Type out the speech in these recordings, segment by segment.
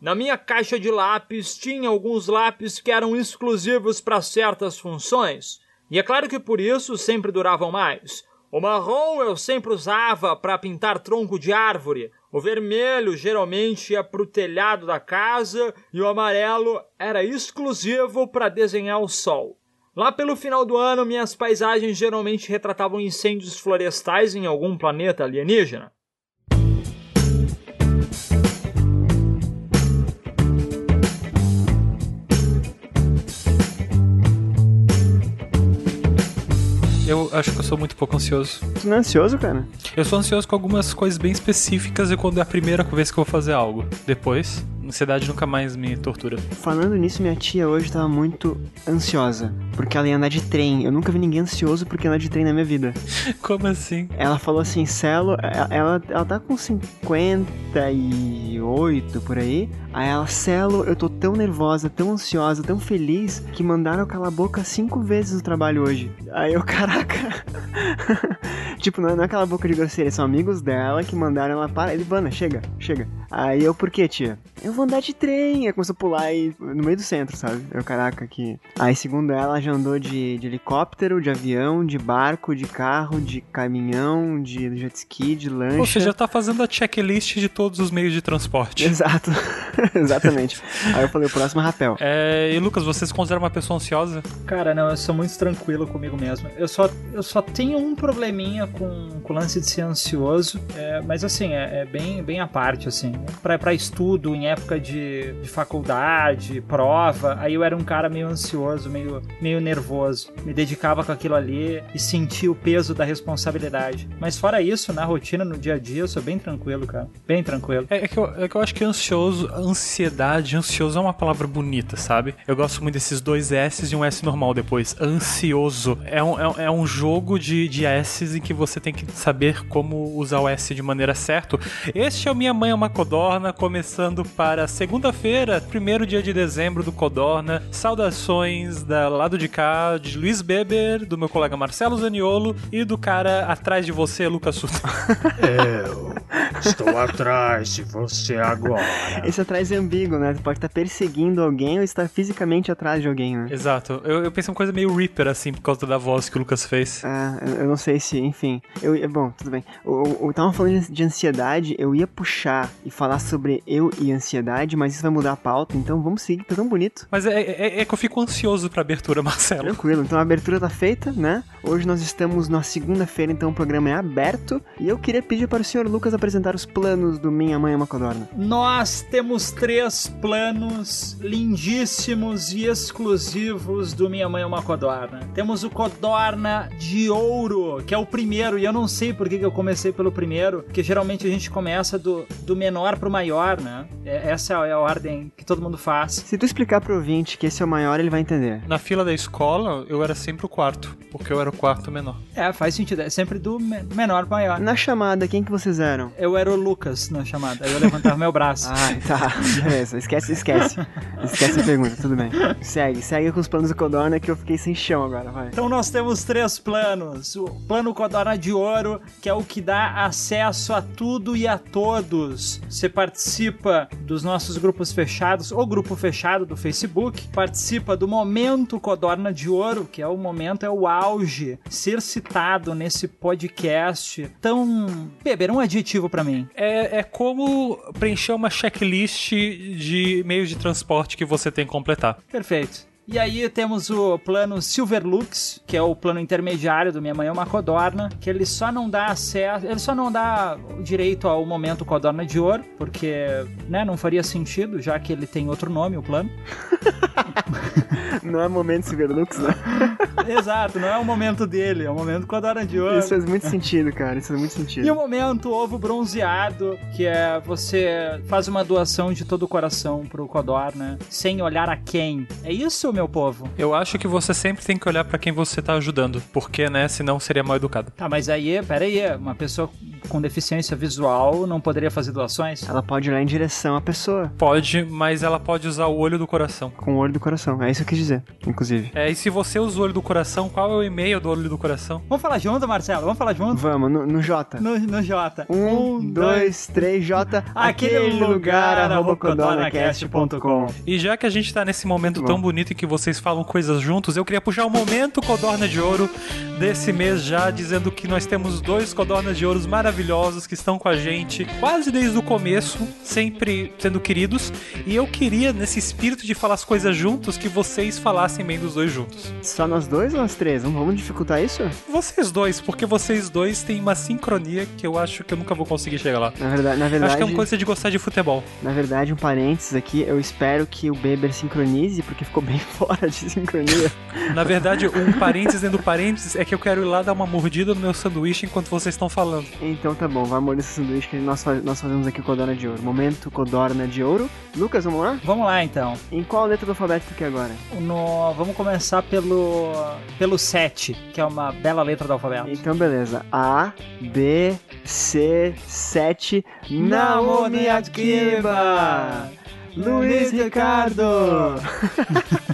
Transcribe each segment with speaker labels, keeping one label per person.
Speaker 1: Na minha caixa de lápis tinha alguns lápis que eram exclusivos para certas funções, e é claro que por isso sempre duravam mais. O marrom eu sempre usava para pintar tronco de árvore, o vermelho geralmente ia para o telhado da casa e o amarelo era exclusivo para desenhar o sol. Lá pelo final do ano, minhas paisagens geralmente retratavam incêndios florestais em algum planeta alienígena.
Speaker 2: Eu acho que eu sou muito pouco ansioso.
Speaker 3: Tu não é ansioso, cara?
Speaker 2: Eu sou ansioso com algumas coisas bem específicas e quando é a primeira vez que eu vou fazer algo. Depois, a ansiedade nunca mais me tortura.
Speaker 3: Falando nisso, minha tia hoje tava muito ansiosa, porque ela ia andar de trem. Eu nunca vi ninguém ansioso porque andar de trem na minha vida.
Speaker 2: Como assim?
Speaker 3: Ela falou assim, Celo, ela, ela, ela tá com 58 por aí. Aí ela, Celo, eu tô tão nervosa, tão ansiosa, tão feliz, que mandaram eu calar a boca cinco vezes no trabalho hoje. Aí eu, caraca. tipo, não é, não é aquela boca de grosseria, são amigos dela que mandaram ela para. Ele, Vana, chega, chega. Aí eu, por quê, tia? Eu vou andar de trem. Aí começou a pular e, no meio do centro, sabe? Eu, caraca, que. Aí, segundo ela, ela já andou de, de helicóptero, de avião, de barco, de carro, de caminhão, de jet ski, de lancha.
Speaker 2: Pô, Você já tá fazendo a checklist de todos os meios de transporte.
Speaker 3: Exato. Exatamente. Aí eu falei, o próximo é rapel.
Speaker 2: É, e Lucas, você se considera uma pessoa ansiosa?
Speaker 4: Cara, não, eu sou muito tranquilo comigo mesmo. Eu só, eu só tenho um probleminha com, com o lance de ser ansioso, é, mas assim, é, é bem, bem à parte, assim. Pra, pra estudo, em época de, de faculdade, prova, aí eu era um cara meio ansioso, meio, meio nervoso. Me dedicava com aquilo ali e sentia o peso da responsabilidade. Mas fora isso, na rotina, no dia a dia, eu sou bem tranquilo, cara. Bem tranquilo.
Speaker 2: É, é que, eu, é que eu acho que ansioso, ansiedade, ansioso é uma palavra bonita, sabe? Eu gosto muito desses dois S's e um S normal depois. Ansioso é um, é, um- é um jogo de, de S's em que você tem que saber como usar o S de maneira certa. Este é o Minha Mãe é uma Codorna, começando para segunda-feira, primeiro dia de dezembro do Codorna. Saudações da lado de cá, de Luiz Beber, do meu colega Marcelo Zaniolo e do cara atrás de você, Lucas Suta.
Speaker 4: Eu estou atrás de você agora.
Speaker 3: Esse atrás é ambíguo, né? Tu pode estar perseguindo alguém ou estar fisicamente atrás de alguém, né?
Speaker 2: Exato. Eu, eu pensei uma coisa meio Reaper, assim, por causa da voz que o Lucas fez.
Speaker 3: Ah, eu- eu não sei se, enfim. Eu, é bom, tudo bem. Eu, eu, eu tava falando de ansiedade, eu ia puxar e falar sobre eu e ansiedade, mas isso vai mudar a pauta, então vamos seguir, tá tão bonito.
Speaker 2: Mas é, é- é que eu fico ansioso pra abertura, Marcelo.
Speaker 3: Tranquilo, então a abertura tá feita, né? Hoje nós estamos na segunda-feira, então o programa é aberto. E eu queria pedir para o senhor Lucas apresentar os planos do Minha Mãe é uma Codorna.
Speaker 4: Nós temos três planos lindíssimos e exclusivos do Minha Mãe é uma Codorna. Temos o Codorna de Ouro, que é o primeiro, e eu não sei por que que eu comecei pelo primeiro, porque geralmente a gente começa do, do menor pro maior, né? É- essa é a ordem que todo mundo faz.
Speaker 3: Se tu explicar pro ouvinte que esse é o maior, ele vai entender.
Speaker 2: Na fila da escola, eu era sempre o quarto, porque eu era o quarto menor.
Speaker 4: É, faz sentido, é sempre do me- menor pro maior.
Speaker 3: Na chamada, quem que vocês eram?
Speaker 4: Eu era o Lucas na chamada, aí eu levantava meu braço.
Speaker 3: Ah, tá. Beleza, esquece, esquece. Esquece a pergunta, tudo bem. Segue, segue com os planos do Codorna que eu fiquei sem chão agora, vai.
Speaker 4: Então nós temos três planos. O plano Codorna de Ouro, que é o que dá acesso a tudo e a todos. Você participa dos nossos grupos fechados, ou grupo fechado do Facebook, participa do momento Codorna de Ouro, que é o momento, é o auge, ser citado nesse podcast. Então, beber um adjetivo pra mim.
Speaker 2: É, é como preencher uma checklist de meios de transporte que você tem que completar.
Speaker 4: Perfeito. E aí temos o plano Silverlux, que é o plano intermediário do Minha Mãe é uma Codorna, que ele só não dá acesso, ele só não dá o direito ao momento Codorna de Ouro, porque, né, não faria sentido, já que ele tem outro nome, o plano.
Speaker 3: Não é momento Silverlux, né?
Speaker 4: Exato, não é o momento dele, é o momento Codorna de Ouro.
Speaker 3: Isso faz muito sentido, cara. Isso faz muito
Speaker 4: E o
Speaker 3: sentido.
Speaker 4: momento ovo bronzeado, que é você faz uma doação de todo o coração pro Codorna, sem olhar a quem. É isso, meu povo?
Speaker 2: Eu acho que você sempre tem que olhar pra quem você tá ajudando, porque, né, senão seria mal educado.
Speaker 4: Tá, mas aí, peraí, uma pessoa com deficiência visual não poderia fazer doações?
Speaker 3: Ela pode olhar em direção à pessoa,
Speaker 2: Pode, mas ela pode usar o olho do coração.
Speaker 3: com o olho do coração. É isso que eu quis dizer, inclusive.
Speaker 2: É, e se você usa o olho do Coração? Qual é o e-mail do Olho do Coração?
Speaker 5: Vamos falar junto, Marcelo? Vamos falar junto?
Speaker 3: Vamos, no, no J.
Speaker 5: No, no J.
Speaker 3: Um, dois, três, J. Aquele lugar, arroba codornacast.com.
Speaker 2: E já que a gente tá nesse momento tão bonito em que vocês falam coisas juntos, eu queria puxar o momento Codorna de Ouro desse mês já, dizendo que nós temos dois Codornas de Ouros maravilhosos que estão com a gente quase desde o começo, sempre sendo queridos. E eu queria, nesse espírito de falar as coisas juntos, que vocês falassem bem dos dois juntos.
Speaker 3: Só nós dois ou nós três? Vamos- Vamos dificultar isso?
Speaker 2: Vocês dois, porque vocês dois têm uma sincronia que eu acho que eu nunca vou conseguir chegar lá.
Speaker 3: Na verdade, na
Speaker 2: Acho que
Speaker 3: verdade,
Speaker 2: é uma coisa de gostar de futebol.
Speaker 3: na verdade, um parênteses aqui, eu espero que o Beber sincronize, porque ficou bem fora de sincronia.
Speaker 2: Na verdade, um parênteses dentro do parênteses é que eu quero ir lá dar uma mordida no meu sanduíche enquanto vocês estão falando.
Speaker 3: Então tá bom, vai molhar esse sanduíche que nós, faz- nós fazemos aqui o Codorna de Ouro. Momento Codorna de Ouro. Lucas, vamos lá?
Speaker 5: Vamos lá, então.
Speaker 3: Em qual letra do alfabeto tu quer agora?
Speaker 5: No- vamos começar pelo, pelo 7, que é uma bela letra do alfabeto.
Speaker 3: Então beleza. A, B, C, 7. Naomi Akiba! Luiz Ricardo!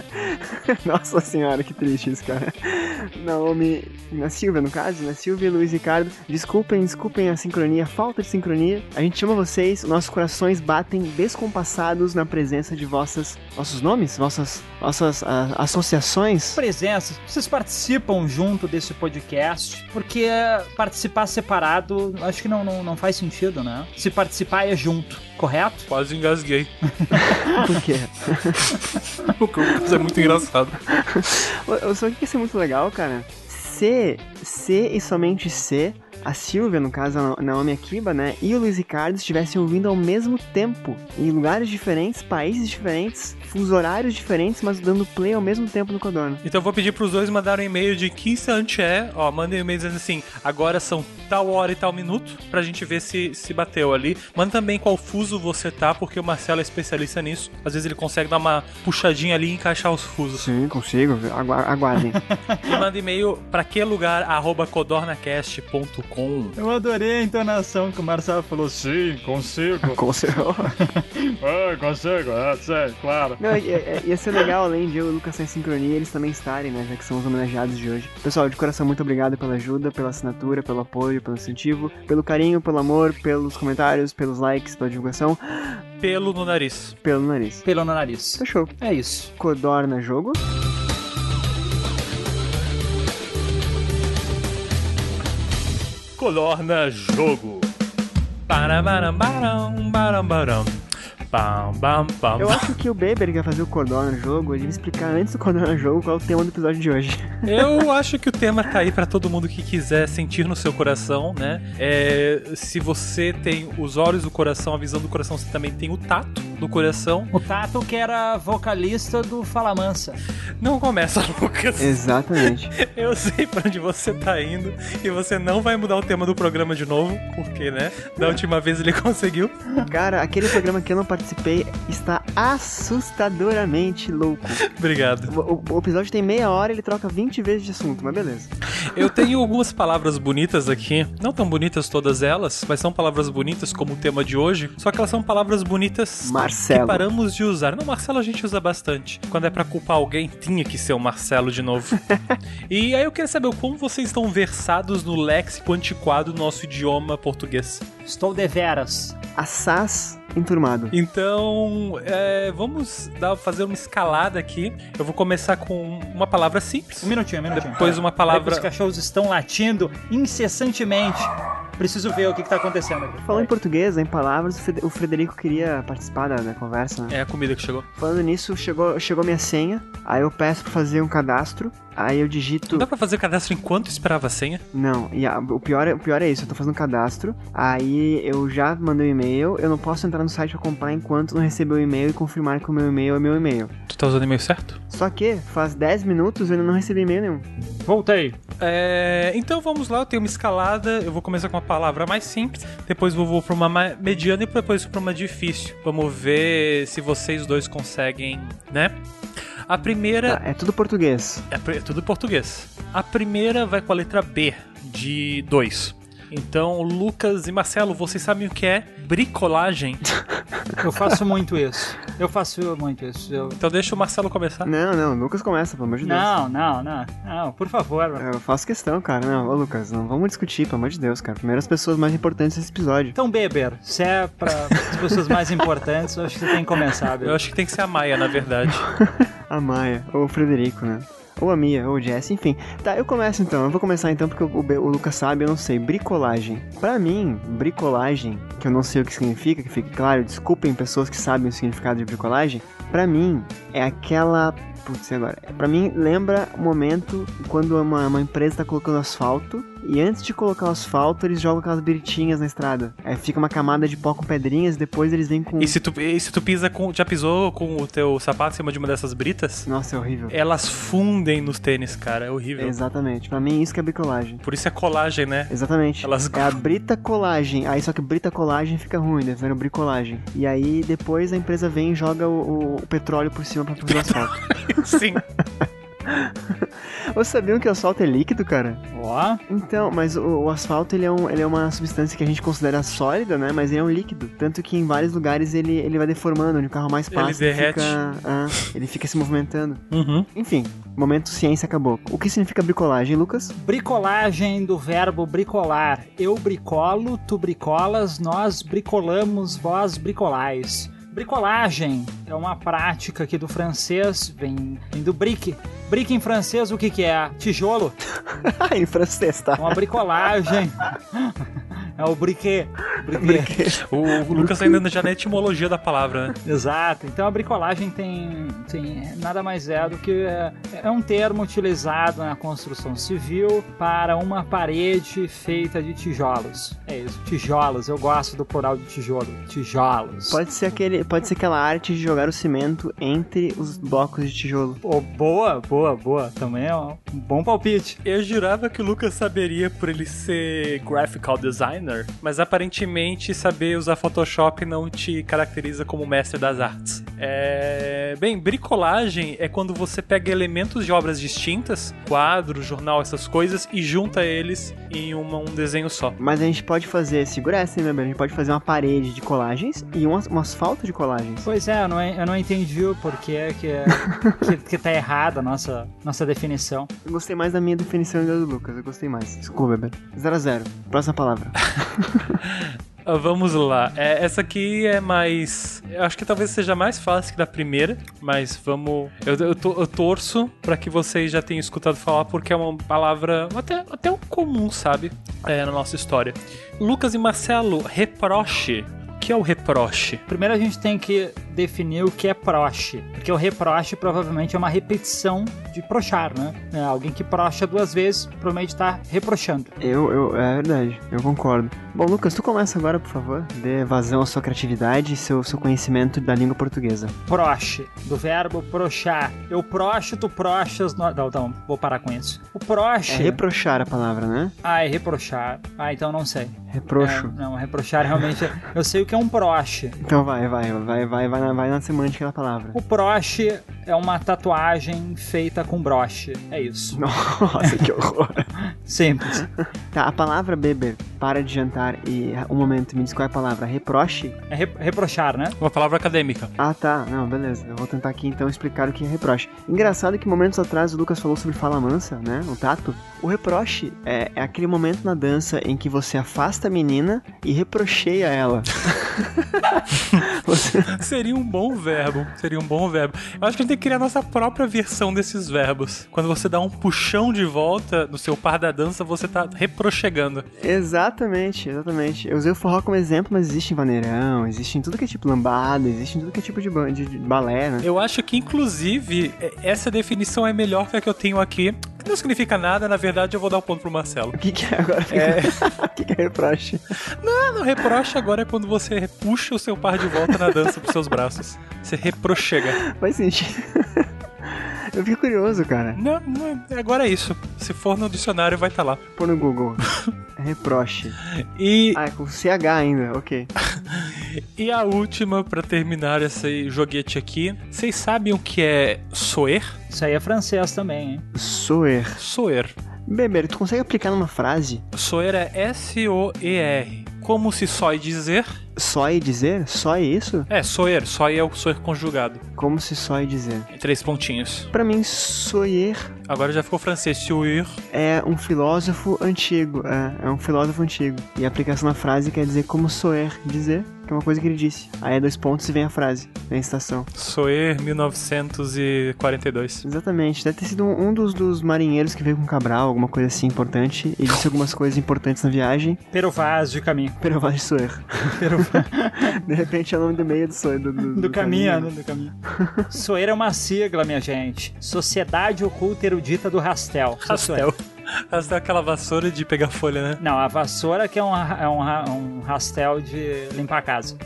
Speaker 3: Nossa senhora, que triste isso, cara. Naomi. Na Silvia, no caso, né? Silvia e Luiz Ricardo. Desculpem, desculpem a sincronia, a falta de sincronia. A gente chama vocês, nossos corações batem descompassados na presença de vossas. Vossos nomes? Vossas. Vossas ah, associações?
Speaker 5: presenças. Vocês participam junto desse podcast, porque participar separado acho que não, não, não faz sentido, né? Se participar é junto, correto?
Speaker 2: Quase engasguei.
Speaker 3: Por quê?
Speaker 2: O Lucas é muito engraçado.
Speaker 3: Eu- Eu só que isso é muito legal, cara. C, C e somente C, a Silvia, no caso a Naomi Akiba, né, e o Luiz Ricardo estivessem ouvindo ao mesmo tempo, em lugares diferentes, países diferentes, fuso horários diferentes, mas dando play ao mesmo tempo no Codorna.
Speaker 2: Então eu vou pedir pros dois mandarem um e-mail de que instante é. Ó, mandem um e-mail dizendo assim, agora são tal hora e tal minuto, pra gente ver se, se bateu ali. Manda também qual fuso você tá, porque o Marcelo é especialista nisso. Às vezes ele consegue dar uma puxadinha ali e encaixar os fusos.
Speaker 3: Sim, consigo. Agu aguardem.
Speaker 2: E manda e-mail pra que lugar, arroba codornacast.com.
Speaker 5: Eu adorei a entonação que o Marcelo falou. Sim, consigo.
Speaker 3: Consigo.
Speaker 5: ah, consigo, é, sim, claro.
Speaker 3: Não, ia, ia- ia ser legal, além de eu e o Lucas estar em sincronia, eles também estarem, né? Já que são os homenageados de hoje. Pessoal, de coração, muito obrigado pela ajuda, pela assinatura, pelo apoio, pelo incentivo, pelo carinho, pelo amor, pelos comentários, pelos likes, pela divulgação,
Speaker 2: Pelo no nariz.
Speaker 3: pelo nariz.
Speaker 5: Pelo no nariz.
Speaker 3: Fechou.
Speaker 5: É isso.
Speaker 3: Codorna jogo.
Speaker 2: Colorna Jogo. Parabaram, baram, baram, baram. Pam, pam, pam.
Speaker 3: Eu acho que o Beber que vai fazer o Codorna jogo, ele vai explicar antes do Codorna jogo qual é o tema do episódio de hoje.
Speaker 2: Eu acho que o tema tá aí pra todo mundo que quiser sentir no seu coração, né? É, se você tem os olhos do coração, a visão do coração, você também tem o tato do coração.
Speaker 5: O Tato, que era vocalista do Fala Mansa.
Speaker 2: Não começa, Lucas.
Speaker 3: É. Exatamente.
Speaker 2: Eu sei pra onde você tá indo e você não vai mudar o tema do programa de novo, porque, né? Da última vez ele conseguiu.
Speaker 3: Cara, aquele programa que eu não participei está assustadoramente louco.
Speaker 2: Obrigado.
Speaker 3: O, o- o episódio tem meia hora, ele troca 20 vezes de assunto, mas beleza.
Speaker 2: Eu tenho algumas palavras bonitas aqui, não tão bonitas todas elas, mas são palavras bonitas como o tema de hoje, só que elas são palavras bonitas
Speaker 3: Marcelo.
Speaker 2: que paramos de usar. Não, Marcelo a gente usa bastante. Quando é pra culpar alguém, tinha que ser o Marcelo de novo. e aí eu quero saber como vocês estão versados no léxico antiquado do nosso idioma português.
Speaker 5: Estou deveras.
Speaker 3: Assás enturmado.
Speaker 2: Então, é, vamos dar- fazer uma escalada aqui. Eu vou começar com uma palavra simples.
Speaker 5: Um minutinho, um minutinho.
Speaker 2: Depois uma
Speaker 5: Peraí que
Speaker 2: palavra
Speaker 5: Os cachorros estão latindo incessantemente. Preciso ver o que, que tá acontecendo aqui.
Speaker 3: Falando em português, em palavras, o Fred- o Frederico queria participar da, da conversa, né?
Speaker 2: é a comida que chegou.
Speaker 3: Falando nisso, chegou, chegou minha senha, aí eu peço pra fazer um cadastro, aí eu digito.
Speaker 2: Não dá pra fazer cadastro enquanto esperava a senha?
Speaker 3: Não, e a- o, pior é, o pior é isso, eu tô fazendo um cadastro, aí eu já mandei um e-mail, eu não posso entrar no site pra comprar enquanto não receber o e-mail e confirmar que o meu e-mail é meu e-mail.
Speaker 2: Tu tá usando o e-mail certo?
Speaker 3: Só que, faz 10 minutos eu ainda não recebi e-mail nenhum.
Speaker 5: Voltei.
Speaker 2: É, então vamos lá, eu tenho uma escalada. Eu vou começar com uma palavra mais simples, depois eu vou pra uma ma- mediana e depois pra uma difícil. Vamos ver se vocês dois conseguem, né? A primeira.
Speaker 3: Tá, é tudo português.
Speaker 2: É, pre- é tudo em português. A primeira vai com a letra B, de 2. Então, Lucas e Marcelo, vocês sabem o que é bricolagem?
Speaker 5: Eu faço muito isso. Eu faço muito isso. Eu-
Speaker 2: Então deixa o Marcelo começar.
Speaker 3: Não, não, Lucas começa, pelo amor de Deus.
Speaker 5: Não, não, não. Não, por favor.
Speaker 3: É, Eu faço questão, cara. Não, ô Lucas, não vamos discutir, pelo amor de Deus, cara. Primeiro as pessoas mais importantes desse episódio.
Speaker 5: Então, Beber, se é para as pessoas mais importantes, eu acho que você tem que começar,
Speaker 2: Eu
Speaker 5: Beber.
Speaker 2: acho que tem que ser a Maia, na verdade.
Speaker 3: A Maia, ou o Frederico, né? Ou a Mia, ou o Jess, enfim. Tá, eu começo então. Eu vou começar então porque o, o Be- o Lucas sabe, eu não sei. Bricolagem. Pra mim, bricolagem, que eu não sei o que significa, que fique claro, desculpem pessoas que sabem o significado de bricolagem. Pra mim, é aquela. Putz, e agora. Pra mim, lembra o momento quando uma, uma empresa tá colocando asfalto e antes de colocar o asfalto, eles jogam aquelas biritinhas na estrada. Aí fica uma camada de pó com pedrinhas e depois eles vêm com.
Speaker 2: E se tu, e se tu pisa com. Já pisou com o teu sapato em cima de uma dessas britas?
Speaker 3: Nossa, é horrível.
Speaker 2: Elas fundem nos tênis, cara. É horrível.
Speaker 3: Exatamente. Pra mim, isso que é bricolagem.
Speaker 2: Por isso é colagem, né?
Speaker 3: Exatamente.
Speaker 2: Elas-
Speaker 3: É a brita colagem. Aí só que brita colagem fica ruim, né? Vira bricolagem. E aí depois a empresa vem e joga o, o- o petróleo por cima pra produzir o asfalto.
Speaker 2: Sim.
Speaker 3: Vocês sabiam que o asfalto é líquido, cara?
Speaker 5: Ó,
Speaker 3: Então, mas o, o asfalto ele é, um- ele é uma substância que a gente considera sólida, né? Mas ele é um líquido. Tanto que em vários lugares ele, ele vai deformando, onde o carro mais
Speaker 2: Ele
Speaker 3: passa.
Speaker 2: derrete.
Speaker 3: Fica, ah, ele fica se movimentando.
Speaker 2: Uhum.
Speaker 3: Enfim, momento ciência acabou. O que significa bricolagem, Lucas?
Speaker 5: bricolagem do verbo bricolar. Eu bricolo, tu bricolas, nós bricolamos, vós bricolais. Bricolagem é uma prática aqui do francês, vem, vem do brique. Brique em francês o que que é? Tijolo?
Speaker 3: em francês, tá?
Speaker 5: É uma bricolagem. É o briquet. briquet.
Speaker 2: O, o Lucas tá ainda já na etimologia da palavra, né?
Speaker 5: Exato. Então a bricolagem tem, tem nada mais é do que é, é um termo utilizado na construção civil para uma parede feita de tijolos. É isso, tijolos. Eu gosto do plural de tijolo. Tijolos.
Speaker 3: Pode ser, aquele, pode ser aquela arte de jogar o cimento entre os blocos de tijolo.
Speaker 5: Pô, boa, boa, boa. Também é um bom palpite.
Speaker 2: Eu jurava que o Lucas saberia por ele ser graphical designer, mas aparentemente saber usar Photoshop não te caracteriza como mestre das artes. É... Bem, bricolagem é quando você pega elementos de obras distintas, quadro, jornal, essas coisas, e junta eles em uma- um desenho só.
Speaker 3: Mas a gente pode fazer, segura essa, hein, meu bem? A gente pode fazer uma parede de colagens e um, as- um asfalto de colagens.
Speaker 5: Pois é, eu não, eu não entendi o porquê que, que, que tá errada a nossa, nossa definição.
Speaker 3: Eu gostei mais da minha definição e da do Lucas, eu gostei mais. Desculpa, bebê. 0 a 0 Próxima palavra.
Speaker 2: Ah, Vamos lá. É, essa aqui é mais. Eu acho que talvez seja mais fácil que da primeira, mas vamos. Eu, eu to- eu torço pra que vocês já tenham escutado falar, porque é uma palavra até, até um comum, sabe? É, na nossa história. Lucas e Marcelo, reproche. O que é o reproche?
Speaker 5: Primeiro a gente tem que definir o que é proche, porque o reproche provavelmente é uma repetição de prochar, né? É, alguém que procha duas vezes provavelmente tá reprochando.
Speaker 3: Eu, eu, é verdade, eu concordo. Bom, Lucas, tu começa agora, por favor. Dê vazão à sua criatividade e seu, seu conhecimento da língua portuguesa.
Speaker 5: Proche, do verbo prochar. Eu procho, tu prochas. No... Não, não, vou parar com isso. O
Speaker 3: É
Speaker 5: proche.
Speaker 3: reprochar a palavra, né?
Speaker 5: Ah, é reprochar. Ah, então não sei.
Speaker 3: Reprocho.
Speaker 5: É, não, reprochar realmente. é- Eu sei o que é um proche.
Speaker 3: Então vai, vai, vai, vai, vai na, vai na semântica da palavra.
Speaker 5: O proche é uma tatuagem feita com broche. É isso.
Speaker 3: Nossa, que horror.
Speaker 5: Simples.
Speaker 3: Tá, a palavra beber, para de jantar e. Um momento, me diz qual é a palavra. Reproche?
Speaker 5: É re- reprochar, né?
Speaker 2: Uma palavra acadêmica.
Speaker 3: Ah, tá. Não, beleza. Eu vou tentar aqui então explicar o que é reproche. Engraçado que momentos atrás o Lucas falou sobre fala mansa, né? O tato. O reproche é, é aquele momento na dança em que você afasta a menina e reprocheia ela. Você-
Speaker 2: Seria um bom verbo. Seria um bom verbo. Eu acho que a gente tem que criar a nossa própria versão desses verbos. Quando você dá um puxão de volta no seu par da dança, você tá reprochegando.
Speaker 3: Exatamente, exatamente. Eu usei o forró como exemplo, mas existe em vaneirão, existe em tudo que é tipo lambada, existe em tudo que é tipo de, ban- de- de balé, né?
Speaker 2: Eu acho que, inclusive, é- essa definição é melhor que a que eu tenho aqui. Que não significa nada, na verdade, eu vou dar um ponto pro Marcelo.
Speaker 3: O que, que é agora? o que, que é reproche?
Speaker 2: Ah, não, reproche agora é quando você puxa o seu par de volta na dança pros seus braços. Você reprochega.
Speaker 3: Faz sentido. Eu fico curioso, cara.
Speaker 2: Não, não, agora é isso. Se for no dicionário, vai estar lá.
Speaker 3: Pô no Google. Reproche.
Speaker 2: E,
Speaker 3: Ah, é com CH ainda, ok.
Speaker 2: e a última, pra terminar esse joguete aqui. Vocês sabem o que é soer?
Speaker 5: Isso aí é francês também, hein?
Speaker 3: Soer.
Speaker 2: Soer.
Speaker 3: Beber, tu consegue aplicar numa frase?
Speaker 2: Soer é S-O-E-R. Como se só e dizer.
Speaker 3: Só e dizer? Só é isso?
Speaker 2: É, soer. Só é o soer conjugado. É
Speaker 3: Como se só e dizer?
Speaker 2: Três pontinhos.
Speaker 3: Pra mim, Soyer
Speaker 2: Agora já ficou francês. Soer.
Speaker 3: é um filósofo antigo. É, é um filósofo antigo. E a aplicação na frase quer dizer como Soyer dizer, que é uma coisa que ele disse. Aí é dois pontos e vem a frase, vem a citação.
Speaker 2: Soer 1942.
Speaker 3: Exatamente. Deve ter sido um um dos, dos marinheiros que veio com Cabral, alguma coisa assim importante, e disse algumas coisas importantes na viagem.
Speaker 5: Perovaz de caminho.
Speaker 3: Perovaz de Soer. de repente é o nome do meio do Soer. Do, do,
Speaker 5: Do
Speaker 3: do
Speaker 5: caminho, né? Do caminho. Soeira é uma sigla, minha gente. Sociedade Oculta Erudita do Rastel.
Speaker 2: Rastel. Rastel é aquela vassoura de pegar folha, né?
Speaker 5: Não, a vassoura que é um, ra- é um, ra- um rastel de limpar a casa.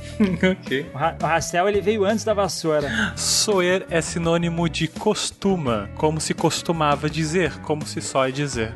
Speaker 2: ok.
Speaker 5: O, ra- o rastel ele veio antes da vassoura.
Speaker 2: Soer é sinônimo de costuma. Como se costumava dizer. Como se só é dizer.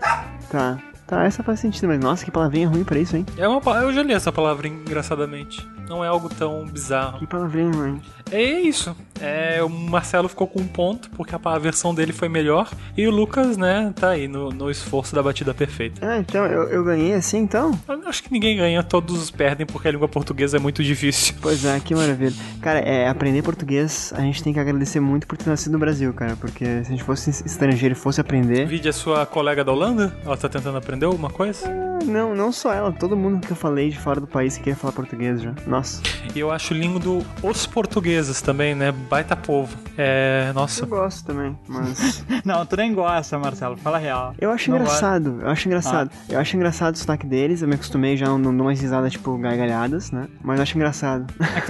Speaker 3: Ah, tá. Tá, essa faz sentido, mas nossa, que palavrinha ruim pra isso, hein?
Speaker 2: É uma, pa- eu já li essa palavra engraçadamente. Não é algo tão bizarro.
Speaker 3: Que palavrinha ruim.
Speaker 2: É isso. É, o Marcelo ficou com um ponto, porque a, a versão dele foi melhor. E o Lucas, né, tá aí no, no esforço da batida perfeita.
Speaker 3: Ah, então, eu, eu ganhei assim, então?
Speaker 2: Eu acho que ninguém ganha, todos perdem, porque a língua portuguesa é muito difícil.
Speaker 3: Pois é, que maravilha. Cara, é, aprender português, a gente tem que agradecer muito por ter nascido no Brasil, cara. Porque se a gente fosse estrangeiro e fosse aprender...
Speaker 2: Vide a sua colega da Holanda, ela tá tentando aprender alguma coisa.
Speaker 3: Ah, Não, não só ela, todo mundo que eu falei de fora do país que queria falar português já. Nossa,
Speaker 2: E eu acho lindo os portugueses também, né, baita povo. É,
Speaker 3: eu
Speaker 2: nossa,
Speaker 3: gosto também, mas...
Speaker 5: Não, tu nem gosta, Marcelo. Fala real.
Speaker 3: Eu acho
Speaker 5: Não
Speaker 3: engraçado, eu acho engraçado. Eu acho engraçado o sotaque deles, eu me acostumei já, não não dou mais risada, tipo, gargalhadas, né? Mas eu acho engraçado.
Speaker 5: É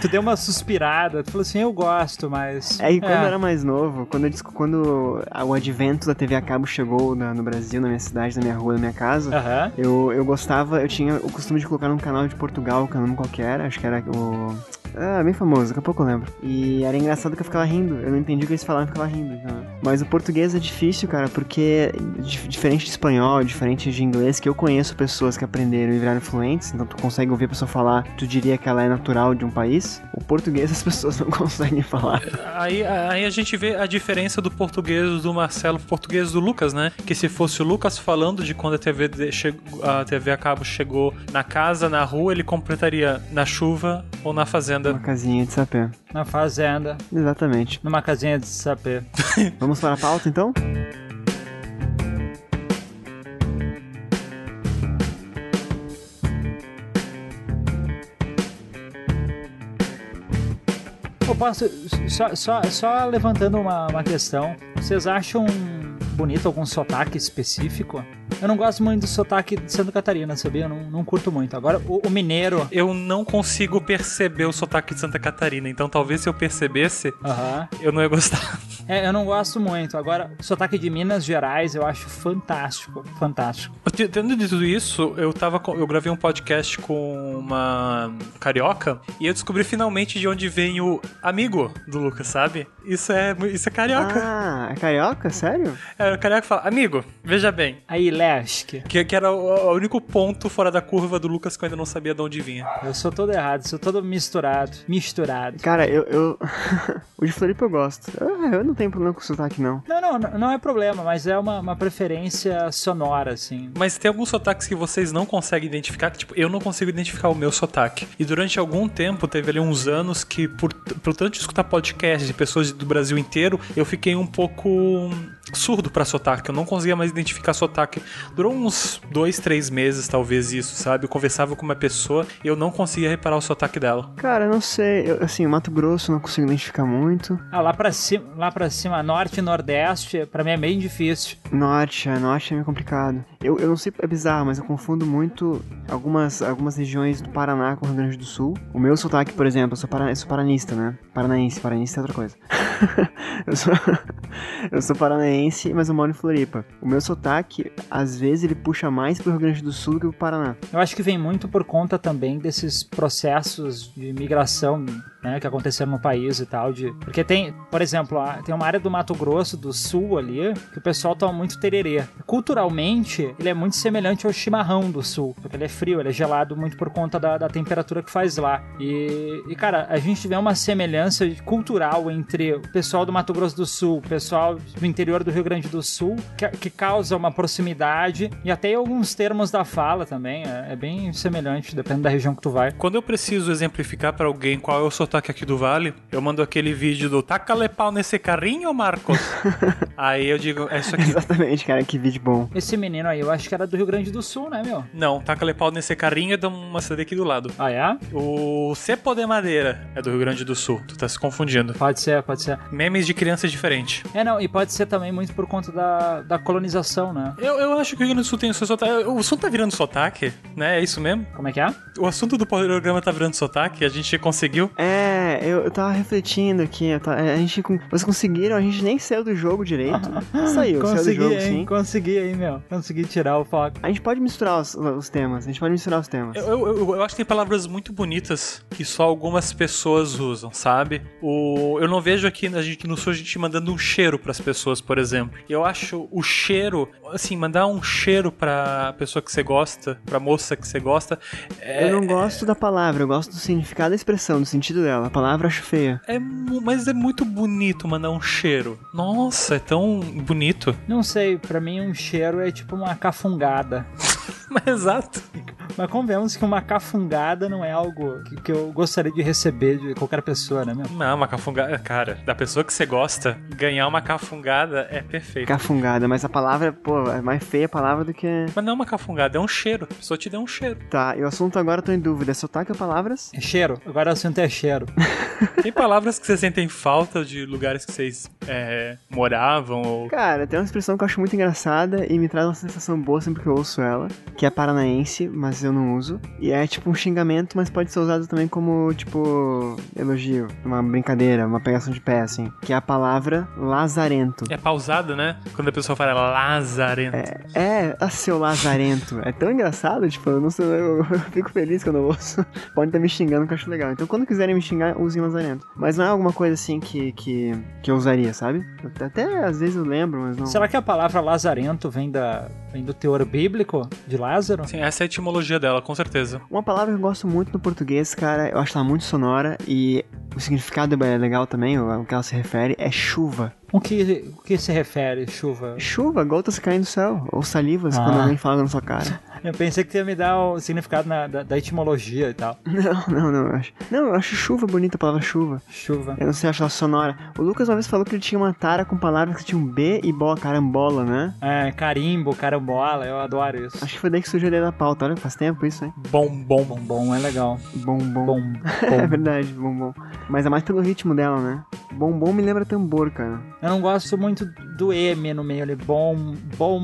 Speaker 5: Tu deu uma suspirada. Tu falou assim, eu gosto, mas...
Speaker 3: É que quando eu era mais novo, quando, eu, dis- quando a- o advento da TV a cabo chegou na- no Brasil, na minha cidade, na minha rua, na minha casa,
Speaker 5: Aham.
Speaker 3: eu, eu gostava, eu tinha o costume de colocar num canal de Portugal, que eu não lembro qual que era, acho que era o... Ah, bem famoso, daqui a pouco eu lembro. E era engraçado que eu ficava rindo, eu não entendi o que eles falavam, eu ficava rindo. então. Mas o português é difícil, cara, porque dif- diferente de espanhol, diferente de inglês, que eu conheço pessoas que aprenderam e viraram fluentes, então tu consegue ouvir a pessoa falar, tu diria que ela é natural de um país, o português as pessoas não conseguem falar.
Speaker 2: É. aí, aí a gente vê a diferença do português do Marcelo pro português do Lucas, né? Que se fosse o Lucas falando de quando a TV, de- chegou- a TV a cabo chegou na casa, na rua, ele completaria na chuva ou na fazenda.
Speaker 3: Uma casinha de sapé.
Speaker 5: Na fazenda,
Speaker 3: Exatamente.
Speaker 5: numa casinha de sapê.
Speaker 3: Vamos para a pauta então?
Speaker 5: Eu posso, só, só, só levantando uma, uma questão, vocês acham bonito algum sotaque específico? Eu não gosto muito do sotaque de Santa Catarina, sabia? Eu não, não curto muito. Agora, o, o mineiro.
Speaker 2: Eu não consigo perceber o sotaque de Santa Catarina, então talvez se eu percebesse,
Speaker 5: Aham.
Speaker 2: eu não ia gostar.
Speaker 5: É, eu não gosto muito. Agora, o sotaque de Minas Gerais eu acho fantástico. Fantástico.
Speaker 2: Te- Tendo dito isso, eu tava com- eu gravei um podcast com uma carioca e eu descobri finalmente de onde vem o amigo do Lucas, sabe? Isso é mu- isso é carioca.
Speaker 3: Ah, é carioca? Sério?
Speaker 2: É, o carioca fala: "Amigo, veja bem,
Speaker 5: Aí, Lesk,
Speaker 2: que, que era o, o único ponto fora da curva do Lucas que eu ainda não sabia de onde vinha.
Speaker 5: eu sou todo errado, sou todo misturado. Misturado.
Speaker 3: Cara, eu. eu... o de Floripa eu gosto. Ah, Eu não tenho problema com sotaque, não.
Speaker 5: Não, não, não é problema, mas é uma, uma preferência sonora, assim.
Speaker 2: Mas tem alguns sotaques que vocês não conseguem identificar, que, tipo, eu não consigo identificar o meu sotaque. E durante algum tempo, teve ali uns anos que, por, por tanto de escutar podcasts de pessoas do Brasil inteiro, eu fiquei um pouco hum, surdo pra sotaque. Eu não conseguia mais identificar sotaque. Durou uns dois, três meses, talvez, isso, sabe? Eu conversava com uma pessoa e eu não conseguia reparar o sotaque dela.
Speaker 3: Cara, eu não sei. Eu, assim, Mato Grosso eu não consigo identificar muito.
Speaker 5: Ah, lá pra cima, lá pra cima, norte e nordeste, pra mim é bem difícil.
Speaker 3: Norte, é, norte é meio complicado. Eu, eu não sei, é bizarro, mas eu confundo muito algumas, algumas regiões do Paraná com o Rio Grande do Sul. O meu sotaque, por exemplo, eu sou, para, eu sou paranista, né? Paranaense, paranaense é outra coisa. eu, sou, eu sou paranaense, mas eu moro em Floripa. O meu sotaque, às vezes, ele puxa mais pro Rio Grande do Sul do que pro Paraná.
Speaker 5: Eu acho que vem muito por conta também desses processos de migração né, que aconteceram no país e tal. De... Porque tem, por exemplo, a- tem uma área do Mato Grosso do Sul ali que o pessoal toma muito tererê. Culturalmente, ele é muito semelhante ao chimarrão do Sul, porque ele é frio, ele é gelado muito por conta da, da temperatura que faz lá. E, e, cara, a gente vê uma semelhança cultural entre o pessoal do Mato Grosso do Sul, o pessoal do interior do Rio Grande do Sul, que, que causa uma proximidade e até alguns termos da fala também. É, é bem semelhante, dependendo da região que tu vai.
Speaker 2: Quando eu preciso exemplificar pra alguém qual é o sotaque aqui do Vale, eu mando aquele vídeo do taca pau nesse carrinho, Marcos. Aí eu digo, é isso aqui.
Speaker 3: Exatamente, cara, que vídeo bom.
Speaker 5: Esse menino aí, eu acho que era do Rio Grande do Sul, né, meu?
Speaker 2: Não, taca pau nesse carrinho é de uma cidade aqui do lado.
Speaker 5: Ah, é?
Speaker 2: O Cepo de Madeira é do Rio Grande do Sul. Tu tá se confundindo.
Speaker 5: Pode ser, pode ser.
Speaker 2: Memes de criança é diferente.
Speaker 5: É, não, e pode ser também muito por conta da, da colonização, né?
Speaker 2: Eu, eu acho que o Rio Grande do Sul tem o seu sotaque. O assunto tá virando sotaque, né? É isso mesmo?
Speaker 5: Como é que é?
Speaker 2: O assunto do programa tá virando sotaque, a gente conseguiu.
Speaker 3: É, eu, eu tava refletindo aqui, eu tava- a gente, com- vocês conseguiram, a gente nem saiu do jogo direito. Saiu, saiu do
Speaker 5: consegui,
Speaker 3: jogo,
Speaker 5: hein?
Speaker 3: sim.
Speaker 5: Consegui, hein, meu? Consegui tirar o foco.
Speaker 3: A gente pode misturar os, os temas, a gente pode misturar os temas.
Speaker 2: Eu, eu, eu- eu acho que tem palavras muito bonitas que só algumas pessoas usam, sabe? O, eu não vejo aqui a gente no sul a gente mandando um cheiro pras pessoas, por exemplo. Eu acho o cheiro, assim, mandar um cheiro pra pessoa que você gosta, pra moça que você gosta, é,
Speaker 3: Eu não gosto da palavra, eu gosto do significado da expressão, do sentido dela. A palavra eu acho feia.
Speaker 2: é mu- mas é muito bonito mandar um cheiro. Nossa, é tão bonito.
Speaker 5: Não sei, pra mim um cheiro é tipo uma cafungada.
Speaker 2: Mas exato.
Speaker 5: Mas convenhamos que uma cafungada não é algo que, que eu gostaria de receber de qualquer pessoa, né, meu?
Speaker 2: Não, uma cafungada, cara, da pessoa que você gosta, ganhar uma cafungada é perfeito.
Speaker 3: Cafungada, mas a palavra, pô, é mais feia a palavra do que.
Speaker 2: Mas não é uma cafungada, é um cheiro. A pessoa te deu um cheiro.
Speaker 3: Tá, e o assunto agora eu tô em dúvida. É sotaque ou palavras?
Speaker 5: É cheiro. Agora o assunto é cheiro.
Speaker 2: Tem palavras que vocês sentem falta de lugares que vocês é, moravam ou.
Speaker 3: Cara, tem uma expressão que eu acho muito engraçada e me traz uma sensação boa sempre que eu ouço ela, que é paranaense, mas eu não uso. E é tipo um xingamento, mas pode ser usado também como, tipo, elogio, uma brincadeira, uma pegação de pé, assim. Que é a palavra lazarento.
Speaker 2: É pausada, né? Quando a pessoa fala lazarento.
Speaker 3: É, a seu lazarento. É tão engraçado, tipo, eu não sei, eu, eu fico feliz quando eu ouço. Pode estar me xingando, que eu acho legal. Então, quando quiserem me xingar, usem lazarento. Mas não é alguma coisa assim que, que, que eu usaria, sabe? Eu- Até às vezes eu lembro, mas não.
Speaker 5: Será que a palavra lazarento vem, da, vem do teor bíblico de Lázaro?
Speaker 2: Sim, essa é a etimologia dela, com certeza.
Speaker 3: Uma palavra que eu gosto muito no português, cara, eu acho ela muito sonora e o significado é legal também, o ao que ela se refere, é chuva.
Speaker 5: O que, o que se refere, chuva?
Speaker 3: Chuva, gotas caindo do céu, ou salivas
Speaker 5: Ah.
Speaker 3: quando alguém fala na sua cara.
Speaker 5: Eu pensei que tu ia me dar o significado na- da, da etimologia e tal.
Speaker 3: Não, não, não, eu acho. Não, eu acho chuva bonita a palavra chuva.
Speaker 5: Chuva.
Speaker 3: Eu não sei, eu acho ela sonora. O Lucas uma vez falou que ele tinha uma tara com palavras que tinham B e bola, carambola, né?
Speaker 5: É, carimbo, carambola, eu adoro isso.
Speaker 3: Acho que foi daí que surgiu a ideia da pauta, olha, faz tempo isso, hein?
Speaker 2: Bom, bom, bom.
Speaker 5: Bombom é legal.
Speaker 3: Bom, bom.
Speaker 5: Bom,
Speaker 3: É
Speaker 5: bom.
Speaker 3: verdade, bom, bom. Mas é mais pelo ritmo dela, né? Bom, bom me lembra tambor, cara.
Speaker 5: Eu não gosto muito do M no meio ali. Bom, bom,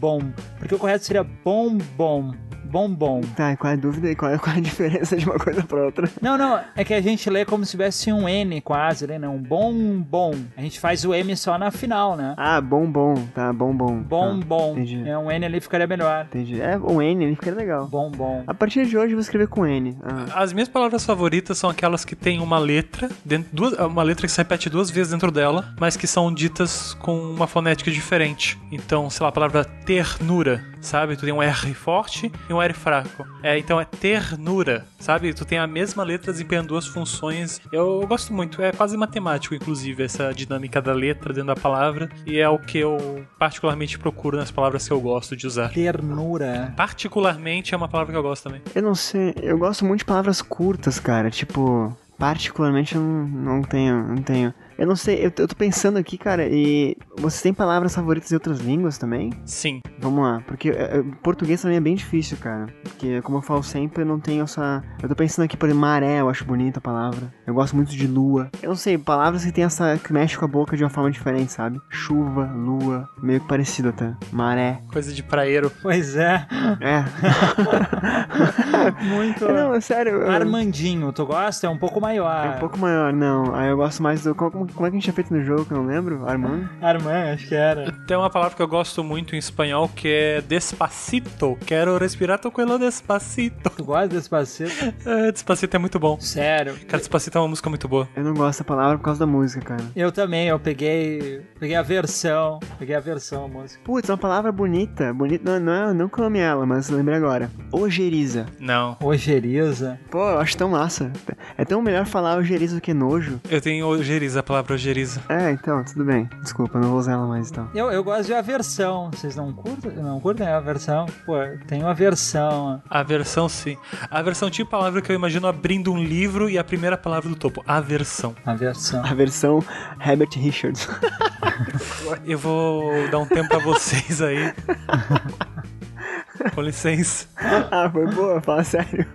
Speaker 5: bom. Porque o correto seria bom, bom. Bom, bom.
Speaker 3: Tá, e qual é a dúvida e qual é, qual é a diferença de uma coisa pra outra?
Speaker 5: Não, não, é que a gente lê como se tivesse um N quase, né? Um bom, bom. A gente faz o M só na final, né?
Speaker 3: Ah, bombom, tá, bombom.
Speaker 5: Bom,
Speaker 3: Tá,
Speaker 5: bom.
Speaker 3: entendi.
Speaker 5: É, um N ali ficaria melhor.
Speaker 3: entendi. É, o N, ele fica legal.
Speaker 5: Bom, bom.
Speaker 3: A partir de hoje eu vou escrever com N. Ah,
Speaker 2: As minhas palavras favoritas são aquelas que tem uma letra, dentro, duas, é uma letra que se repete duas vezes dentro dela, mas que são ditas com uma fonética diferente. Então, sei lá, a palavra ternura, sabe? Tu tem um R forte e um R fraco. É, então é ternura, sabe? Tu tem a mesma letra desempenhando duas funções. Eu, eu gosto muito, é quase matemático, inclusive, essa dinâmica da letra dentro da palavra, e é o que eu particularmente procuro nas palavras que eu gosto de usar.
Speaker 5: Ternura.
Speaker 2: Particularmente é uma palavra que eu gosto também.
Speaker 3: eu não sei, eu gosto muito de palavras curtas, cara. Tipo, particularmente eu não, não tenho, não tenho. Eu não sei, eu, eu tô pensando aqui, cara, e vocês têm palavras favoritas em outras línguas também?
Speaker 2: Sim.
Speaker 3: Vamos lá, porque é, é, português também é bem difícil, cara. Porque, como eu falo sempre, eu não tenho essa. Eu tô pensando aqui, por exemplo, maré, eu acho bonita a palavra. Eu gosto muito de lua. Eu não sei, palavras que tem essa. que mexe com a boca de uma forma diferente, sabe? Chuva, lua, meio que parecido até. Maré.
Speaker 2: Coisa de praeiro.
Speaker 5: Pois é.
Speaker 3: É.
Speaker 5: Muito.
Speaker 3: não, é sério. eu-
Speaker 5: Armandinho, tu gosta? É um pouco maior.
Speaker 3: É um pouco maior, não. Aí eu gosto mais do. Como, como como, como é que a gente tinha feito no jogo que eu não lembro? Armando?
Speaker 5: Armã, acho que era.
Speaker 2: Tem uma palavra que eu gosto muito em espanhol que é despacito. Quero respirar tu coelho despacito.
Speaker 5: Tu gosta desse parceiro?
Speaker 2: É, despacito é muito bom.
Speaker 5: Sério.
Speaker 2: Cara, despacito é uma música muito boa.
Speaker 3: Eu não gosto da palavra por causa da música, cara.
Speaker 5: Eu também, eu peguei. Peguei a versão. Peguei a versão, a música.
Speaker 3: Putz, é uma palavra bonita. Bonita, não, não, é- não que eu ame ela, mas lembrei agora. Ojeriza.
Speaker 2: Não.
Speaker 5: Ojeriza.
Speaker 3: Pô, eu acho tão massa. É tão melhor falar ojeriza do que nojo.
Speaker 2: Eu tenho ojeriza, a palavra ojeriza.
Speaker 3: É, então, tudo bem. Desculpa, não vou usar ela mais então.
Speaker 5: Eu, eu gosto de aversão. Vocês não curtem? Não curtem a aversão? Pô, tem uma aversão.
Speaker 2: A versão sim. A versão tipo palavra que eu imagino abrindo um livro e a primeira palavra do topo. A versão.
Speaker 5: Aversão.
Speaker 3: A versão Herbert Richards.
Speaker 2: Eu vou dar um tempo pra vocês aí. Com licença.
Speaker 3: ah, foi boa, fala sério.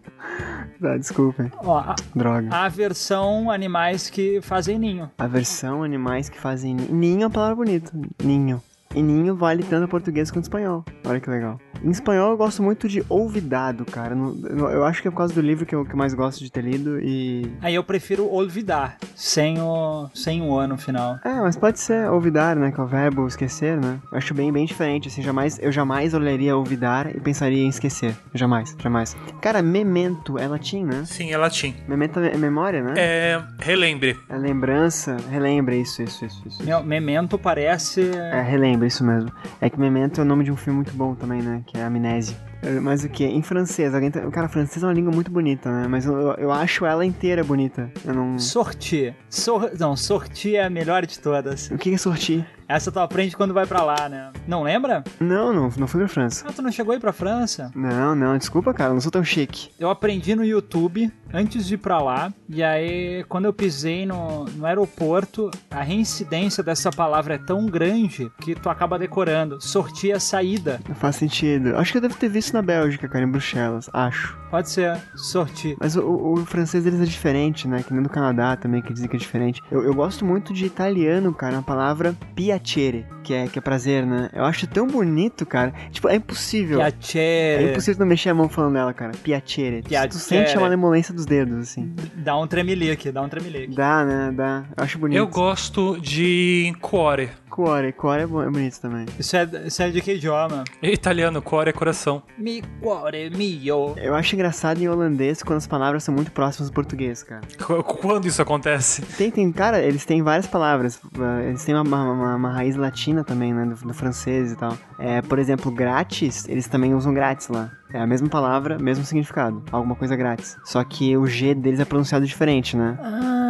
Speaker 3: tá, desculpem.
Speaker 5: Ó, a,
Speaker 3: Droga.
Speaker 5: a aversão animais que fazem ninho.
Speaker 3: A versão animais que fazem ni- ninho é uma palavra bonita. Ninho. E ninho vale tanto em português quanto em espanhol. Olha que legal. Em espanhol eu gosto muito de ouvidado, cara. Não- não- Eu acho que é por causa do livro que eu, que eu mais gosto de ter lido e.
Speaker 5: Aí eu prefiro olvidar, sem o, sem o ano final.
Speaker 3: É, mas pode ser ouvidar, né? Que é o verbo esquecer, né? Eu acho bem, bem diferente, assim, jamais, eu jamais olharia ouvidar e pensaria em esquecer. Jamais, jamais. Cara, memento é latim, né?
Speaker 2: Sim, é latim.
Speaker 3: Memento é memória, né?
Speaker 2: É. Relembre.
Speaker 3: É lembrança, relembra, isso, isso, isso, isso.
Speaker 5: Meu, memento parece.
Speaker 3: É, relembra, isso mesmo. É que Memento é o nome de um filme muito bom também, né? Que é Amnésia. É, Mas o que? Em francês, alguém tá... Cara, francês é uma língua muito bonita, né? Mas eu, eu- eu acho ela inteira bonita. Eu não...
Speaker 5: Sortir. Sor... Não, sortir é a melhor de todas.
Speaker 3: O que é sortir?
Speaker 5: Essa tu aprende quando vai pra lá, né? Não lembra?
Speaker 3: Não, não, não fui pra França.
Speaker 5: Ah, tu não chegou aí pra França?
Speaker 3: Não, não, desculpa, cara, eu não sou tão chique.
Speaker 5: Eu aprendi no YouTube antes de ir pra lá. E aí, quando eu pisei no, no aeroporto, a reincidência dessa palavra é tão grande que tu acaba decorando. Sortir é saída.
Speaker 3: Não faz sentido. Acho que eu devo ter visto na Bélgica, cara, em Bruxelas. Acho.
Speaker 5: Pode ser. Sortir.
Speaker 3: Mas o, o- o francês deles é diferente, né? Que nem no Canadá também, que dizem que é diferente. Eu, eu gosto muito de italiano, cara, a palavra piacere, que é, que é prazer, né? Eu acho tão bonito, cara. Tipo, é impossível. É
Speaker 5: Piacere.
Speaker 3: impossível não mexer a mão falando dela, cara. Piacere. Tu-
Speaker 5: Piacere.
Speaker 3: Tu sente a malemolência dos dedos, assim.
Speaker 5: Dá um tremelique, dá um tremelique.
Speaker 3: Dá, né? Dá. Eu acho bonito.
Speaker 2: Eu gosto de cuore.
Speaker 3: Cuore. Cuore é, bom, é bonito também.
Speaker 5: Isso é, isso é de que idioma?
Speaker 2: Italiano, cuore é coração.
Speaker 5: Mi cuore mio.
Speaker 3: Eu acho engraçado em holandês quando as palavras são muito próximas do português, cara.
Speaker 2: Qu- Quando isso acontece?
Speaker 3: Tem, tem, cara, eles têm várias palavras. ah, Eles têm uma, uma- uma- uma raiz latina também, né? Do, do francês e tal. É, por exemplo, grátis, eles também usam grátis lá. É a mesma palavra, mesmo significado. Alguma coisa grátis. Só que o G deles é pronunciado diferente, né?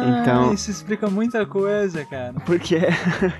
Speaker 5: Ah,
Speaker 3: Então-
Speaker 5: Isso explica muita coisa, cara.
Speaker 3: Por quê?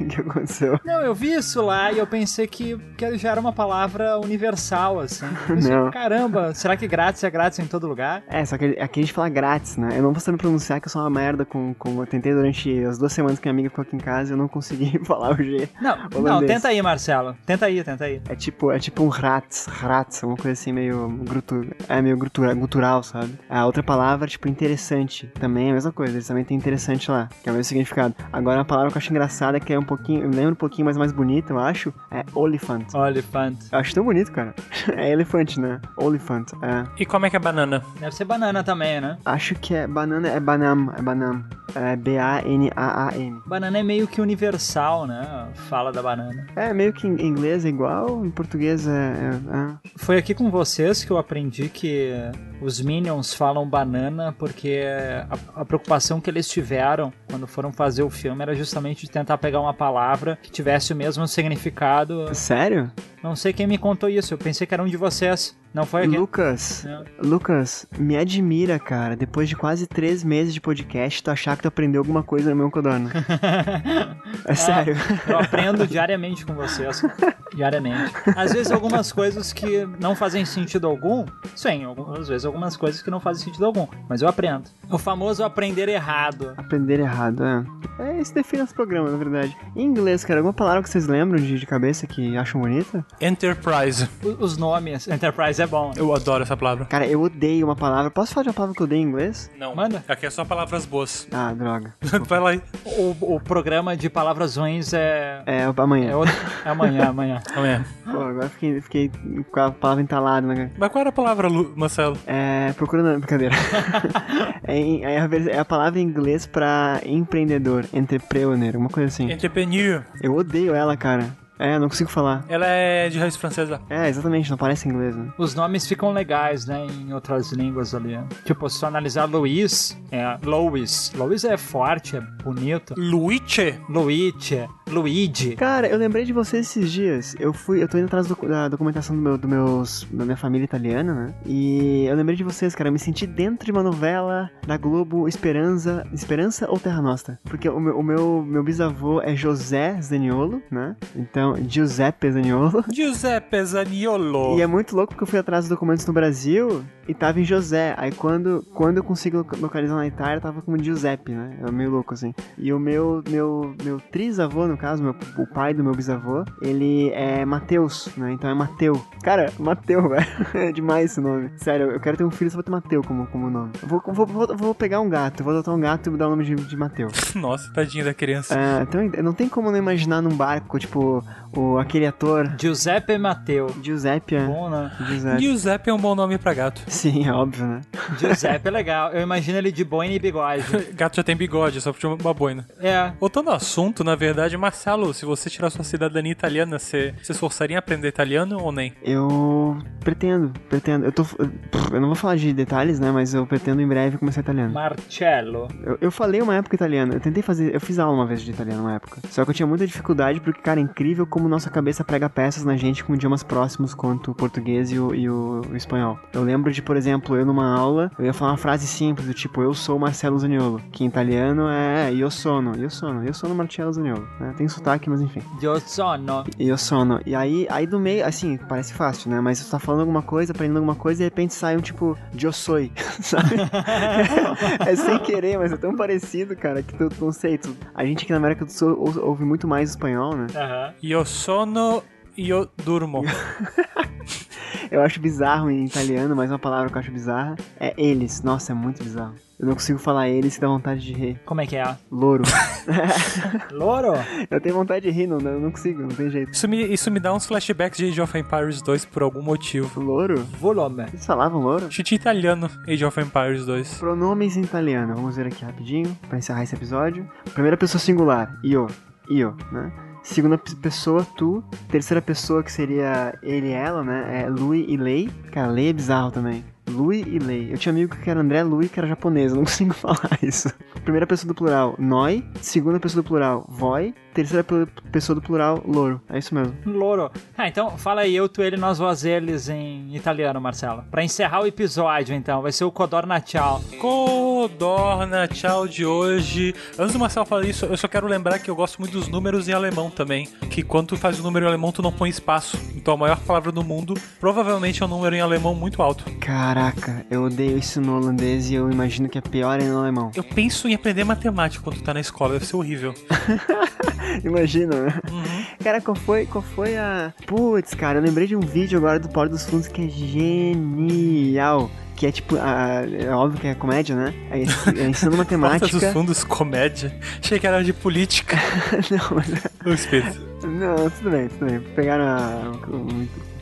Speaker 3: O que aconteceu?
Speaker 5: Não, eu vi isso lá e eu pensei que, que já era uma palavra universal, assim. Eu pensei,
Speaker 3: Não.
Speaker 5: Caramba, será que grátis é grátis em todo lugar?
Speaker 3: É, só que ele- aqui a gente fala grátis, né? Eu não vou saber pronunciar que eu sou uma merda com, com. Eu tentei durante as duas semanas que minha amiga ficou aqui em casa e eu não consegui falar o G.
Speaker 5: Não, não,
Speaker 3: Holandês.
Speaker 5: tenta aí, Marcelo. Tenta aí, tenta aí.
Speaker 3: É tipo, é tipo um rats, rats, uma coisa assim meio grutu, é meio grutura, gutural, sabe? A outra palavra, tipo, interessante, também é a mesma coisa, eles também têm interessante lá, que é o mesmo significado. Agora uma palavra que eu acho engraçada, que é um pouquinho, eu lembro um pouquinho, mas mais bonita, eu acho, é olifant.
Speaker 5: Olifant.
Speaker 3: Eu acho tão bonito, cara. É elefante, né? Olifant, é.
Speaker 2: E como é que é banana?
Speaker 5: Deve ser banana também, né?
Speaker 3: Acho que é banana, é banam, é banam. É B-A-N-A-A-M.
Speaker 5: Banana é meio que universal, né? Fala da banana.
Speaker 3: É meio que em inglês é igual, em português é. é-
Speaker 5: Foi aqui com vocês que eu aprendi que os Minions falam banana porque a, a preocupação que eles tiveram quando foram fazer o filme era justamente de tentar pegar uma palavra que tivesse o mesmo significado.
Speaker 3: é. Sério?
Speaker 5: Não sei quem me contou isso, eu pensei que era um de vocês. Não foi aqui?
Speaker 3: Lucas,
Speaker 5: Não.
Speaker 3: Lucas, me admira, cara. Depois de quase três meses de podcast, tu achar que tu aprendeu alguma coisa no meu codorno. É sério.
Speaker 5: Ah, Eu aprendo diariamente com vocês. Diariamente. Às vezes algumas coisas que não fazem sentido algum. Sim, algum- às vezes algumas coisas que não fazem sentido algum. Mas eu aprendo. O famoso aprender errado.
Speaker 3: Aprender errado, é. É, isso define os programas, na verdade. Em inglês, cara, alguma palavra que vocês lembram de, de cabeça que acham bonita?
Speaker 2: Enterprise.
Speaker 5: O- Os nomes. Enterprise é bom. né?
Speaker 2: Eu adoro essa palavra.
Speaker 3: Cara, eu odeio uma palavra. Posso falar de uma palavra que eu odeio em inglês?
Speaker 2: Não.
Speaker 5: Manda.
Speaker 2: Aqui é só palavras boas.
Speaker 3: Ah, droga.
Speaker 2: Vai lá aí.
Speaker 5: O, o programa de palavras ruins é.
Speaker 3: É,
Speaker 5: É,
Speaker 3: amanhã.
Speaker 5: outro- é amanhã, amanhã.
Speaker 2: Amanhã.
Speaker 3: Pô, agora fiquei, fiquei com a palavra entalada, né, cara?
Speaker 2: Mas qual era a palavra, Lu- Marcelo?
Speaker 3: É, procurando... Brincadeira. é, em- é a, vers- é a palavra em inglês pra empreendedor, entrepreneur, uma coisa assim.
Speaker 2: Entrepreneur.
Speaker 3: Eu odeio ela, cara. É, não consigo falar.
Speaker 2: Ela é de raiz francesa.
Speaker 3: É, exatamente, não parece inglês, né?
Speaker 5: Os nomes ficam legais, né? Em outras línguas ali. Tipo, se tu analisar Luiz, é Louis. Louis é forte, é bonito. é,
Speaker 2: Luiche.
Speaker 5: Luigi, Luigi.
Speaker 3: Cara, eu lembrei de você esses dias. Eu fui, eu tô indo atrás do- da documentação do meu, do meus, da minha família italiana, né? E eu lembrei de vocês, cara. Eu me senti dentro de uma novela da Globo Esperança, Esperança ou Terra Nostra. Porque o meu, o meu, meu bisavô é José Zaniolo, né? Então, Giuseppe Zaniolo.
Speaker 2: Giuseppe Zaniolo.
Speaker 3: E é muito louco porque eu fui atrás dos documentos no Brasil e tava em José. Aí quando, quando eu consigo loca- localizar na Itália, tava como Giuseppe, né? É meio louco assim. E o meu meu meu trisavô, no caso, meu, o pai do meu bisavô, ele é Mateus, né? Então é Mateu. Cara, Mateu, velho. É demais esse nome. Sério, eu quero ter um filho só pra ter Mateu como, como nome. Eu Vou, vou, vou, vou pegar um gato, vou adotar um gato e dar o nome de, de Mateu.
Speaker 2: é- Nossa, tadinha da criança.
Speaker 3: Ah, então não tem como não imaginar num barco, tipo, o, aquele ator
Speaker 5: Giuseppe Mateu.
Speaker 3: Giuseppe. é?
Speaker 5: Bom, né?
Speaker 3: Giuseppe.
Speaker 2: Giuseppe é um bom nome pra gato.
Speaker 3: Sim, é óbvio, né?
Speaker 5: Giuseppe é legal. Eu imagino ele de boina e bigode.
Speaker 2: Gato já tem bigode, só puxou uma boina.
Speaker 5: É.
Speaker 2: Voltando ao assunto, na verdade, Marcelo, se você tirar sua cidadania italiana, você você se esforçaria em aprender italiano ou nem?
Speaker 3: Eu pretendo, pretendo. Eu tô. Eu não vou falar de detalhes, né? Mas eu pretendo em breve começar italiano.
Speaker 5: Marcello.
Speaker 3: Eu, eu falei uma época italiano. Eu tentei fazer. Eu fiz aula uma vez de italiano uma época. Só que eu tinha muita dificuldade, porque, cara, é incrível como nossa cabeça prega peças na gente com idiomas próximos quanto o português e o, e o- o espanhol. Eu lembro de, por exemplo, eu numa aula, eu ia falar uma frase simples do tipo, eu sou Marcelo Zaniolo. Que em italiano é io sono, io sono, io sono Marcelo Zaniolo. né? Tem sotaque, mas enfim.
Speaker 5: Io sono.
Speaker 3: E o sono. E aí, aí do meio, assim, parece fácil, né? Mas você tá falando alguma coisa, aprendendo alguma coisa, e de repente sai um tipo, Josoi, sabe? é sem querer, mas é tão parecido, cara, que tu tu não sei. tu- a gente aqui na América do Sul ou- ouve muito mais espanhol, né?
Speaker 5: Aham.
Speaker 2: Io sono, io durmo.
Speaker 3: Eu acho bizarro em italiano, mas uma palavra que eu acho bizarra é eles. Nossa, é muito bizarro. Eu não consigo falar eles que dá vontade de rir.
Speaker 5: Como é que é?
Speaker 3: Louro.
Speaker 5: Louro?
Speaker 3: eu tenho vontade de rir, não, eu não consigo, não tem jeito.
Speaker 2: Isso me, isso me dá uns flashbacks de Age of Empires 2 por algum motivo.
Speaker 3: Louro?
Speaker 5: Volume.
Speaker 3: Eles falavam louro?
Speaker 2: Chute italiano, Age of Empires 2.
Speaker 3: Pronomes em italiano. Vamos ver aqui rapidinho pra encerrar esse episódio. Primeira pessoa singular, io, io, né? Segunda pe- pessoa, tu. Terceira pessoa, que seria ele e ela, né? É Lui e Lei. Cara, Lei é bizarro também. Lui e Lei. Eu tinha amigo que era André Lui, que era japonês. Eu não consigo falar isso. Primeira pessoa do plural, noi. Segunda pessoa do plural, voi. Terceira pe- pessoa do plural, loro. É isso mesmo.
Speaker 5: Louro. Ah, então fala aí, eu, tu, ele, nós, vós, eles em italiano, Marcelo. Pra encerrar o episódio, então. Vai ser o Codorna Tchau.
Speaker 2: Codorna, tchau de hoje. Antes do Marcelo falar isso, eu só quero lembrar que eu gosto muito dos números em alemão também. Que quando tu faz o número em alemão, tu não põe espaço. Então a maior palavra do mundo provavelmente é um número em alemão muito alto.
Speaker 3: Caraca, eu odeio isso no holandês e eu imagino que é pior ainda no alemão.
Speaker 2: Eu penso em aprender matemática quando tá na escola, deve ser horrível.
Speaker 3: Imagina, né? Cara, qual foi, qual foi a. Putz, cara, eu lembrei de um vídeo agora do Paulo dos Fundos que é genial. Que é tipo. a- é óbvio que é comédia, né? É, ens- é ensinando
Speaker 2: Porta dos
Speaker 3: matemática.
Speaker 2: fundos, comédia. Achei que era de política.
Speaker 3: não, mas-
Speaker 2: O espírito.
Speaker 3: não, tudo bem, tudo bem. Pegaram a.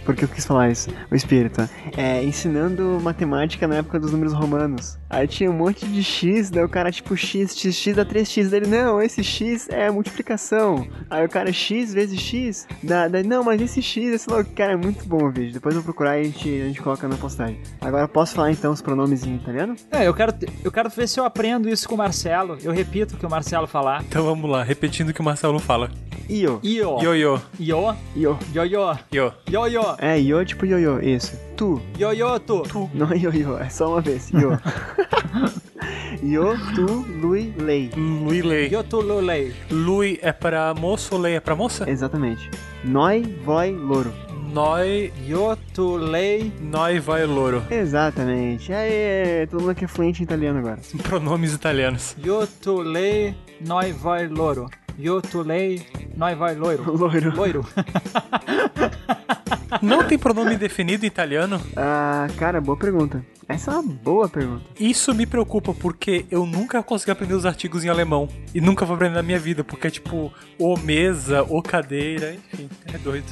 Speaker 3: Porque eu quis falar isso, o espírito. É, ensinando matemática na época dos números romanos. Aí tinha um monte de x, daí o cara tipo x, x, x dá 3x. Dele, não, esse x é multiplicação. Aí o cara x vezes x, dá, dá- não, mas esse x, esse logo, cara, é muito bom o vídeo. Depois eu vou procurar e a gente, a gente coloca na postagem. Agora posso falar então os pronomes em italiano?
Speaker 5: É, eu quero, eu quero ver se eu aprendo isso com o Marcelo. Eu repito o que o Marcelo falar.
Speaker 2: Então vamos lá, repetindo o que o Marcelo fala.
Speaker 3: Io,
Speaker 5: Io.
Speaker 2: Yo,
Speaker 5: Yo. Yo.
Speaker 3: io.
Speaker 5: Yo. Yo.
Speaker 2: yo.
Speaker 5: Yo. Yo.
Speaker 3: É, io tipo ioiô, isso. Tu,
Speaker 5: Yo. Yo. Tu.
Speaker 3: Não é ioiô, é só uma vez. Io. Io, tu, lui, lei.
Speaker 2: Lui lei.
Speaker 5: Yo. Tu. Lulei.
Speaker 2: Lui é pra moço, lei é pra moça?
Speaker 3: Exatamente. Noi, voi, loro.
Speaker 2: Noi,
Speaker 5: Yo. Tu. Lei.
Speaker 2: noi vai louro.
Speaker 3: Exatamente. Aê, todo mundo aqui é fluente em italiano agora.
Speaker 2: Pronomes italianos.
Speaker 5: Yo. Tu. Lei. Noi. Vai. Louro. Yo. Tu. Lei. Noi. Vai. Loiro.
Speaker 3: Loiro.
Speaker 5: Loiro.
Speaker 2: Não tem pronome indefinido em italiano?
Speaker 3: Ah, cara, boa pergunta. Essa é uma boa pergunta.
Speaker 2: Isso me preocupa porque eu nunca consegui aprender os artigos em alemão. E nunca vou aprender na minha vida, porque é tipo, ou mesa, ou cadeira, enfim, é doido.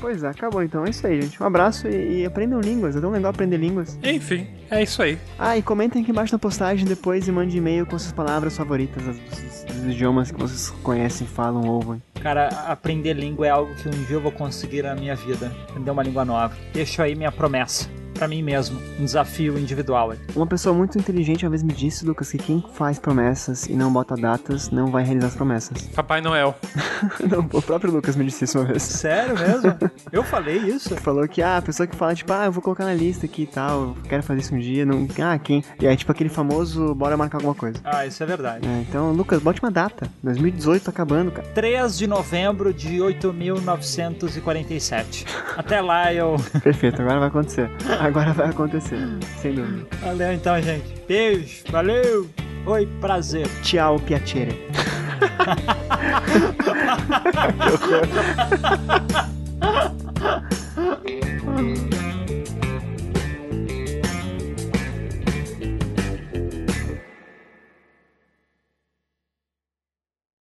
Speaker 3: Pois é, acabou então. É isso aí, gente. Um abraço e, e aprendam línguas. É tão legal aprender línguas.
Speaker 2: Enfim, é isso aí.
Speaker 3: Ah, e comentem aqui embaixo na postagem depois e mande e-mail com suas palavras favoritas, as- dos, dos idiomas que vocês conhecem, falam, ouvem.
Speaker 5: Cara, aprender língua é algo que um dia eu vou conseguir na minha vida. Aprender uma língua nova. Deixo aí minha promessa. Pra mim mesmo. Um desafio individual. aí.
Speaker 3: Uma pessoa muito inteligente uma vez me disse, Lucas, que quem faz promessas e não bota datas não vai realizar as promessas.
Speaker 2: Papai Noel.
Speaker 3: não, o próprio Lucas me disse isso uma vez.
Speaker 5: Sério mesmo? Eu falei isso?
Speaker 3: Falou que, ah, a pessoa que fala, tipo, ah, eu vou colocar na lista aqui e tal, eu quero fazer isso um dia, não. Ah, quem? E aí, tipo, aquele famoso, bora marcar alguma coisa.
Speaker 5: Ah, isso é verdade.
Speaker 3: É, então, Lucas, bote uma data. 2018 tá acabando, cara.
Speaker 5: 3 de novembro de 8947. Até lá eu.
Speaker 3: Perfeito, agora vai acontecer. Agora vai acontecer, sem dúvida.
Speaker 5: Valeu então, gente. Beijo, valeu. Oi, prazer.
Speaker 3: Tchau, Piacere.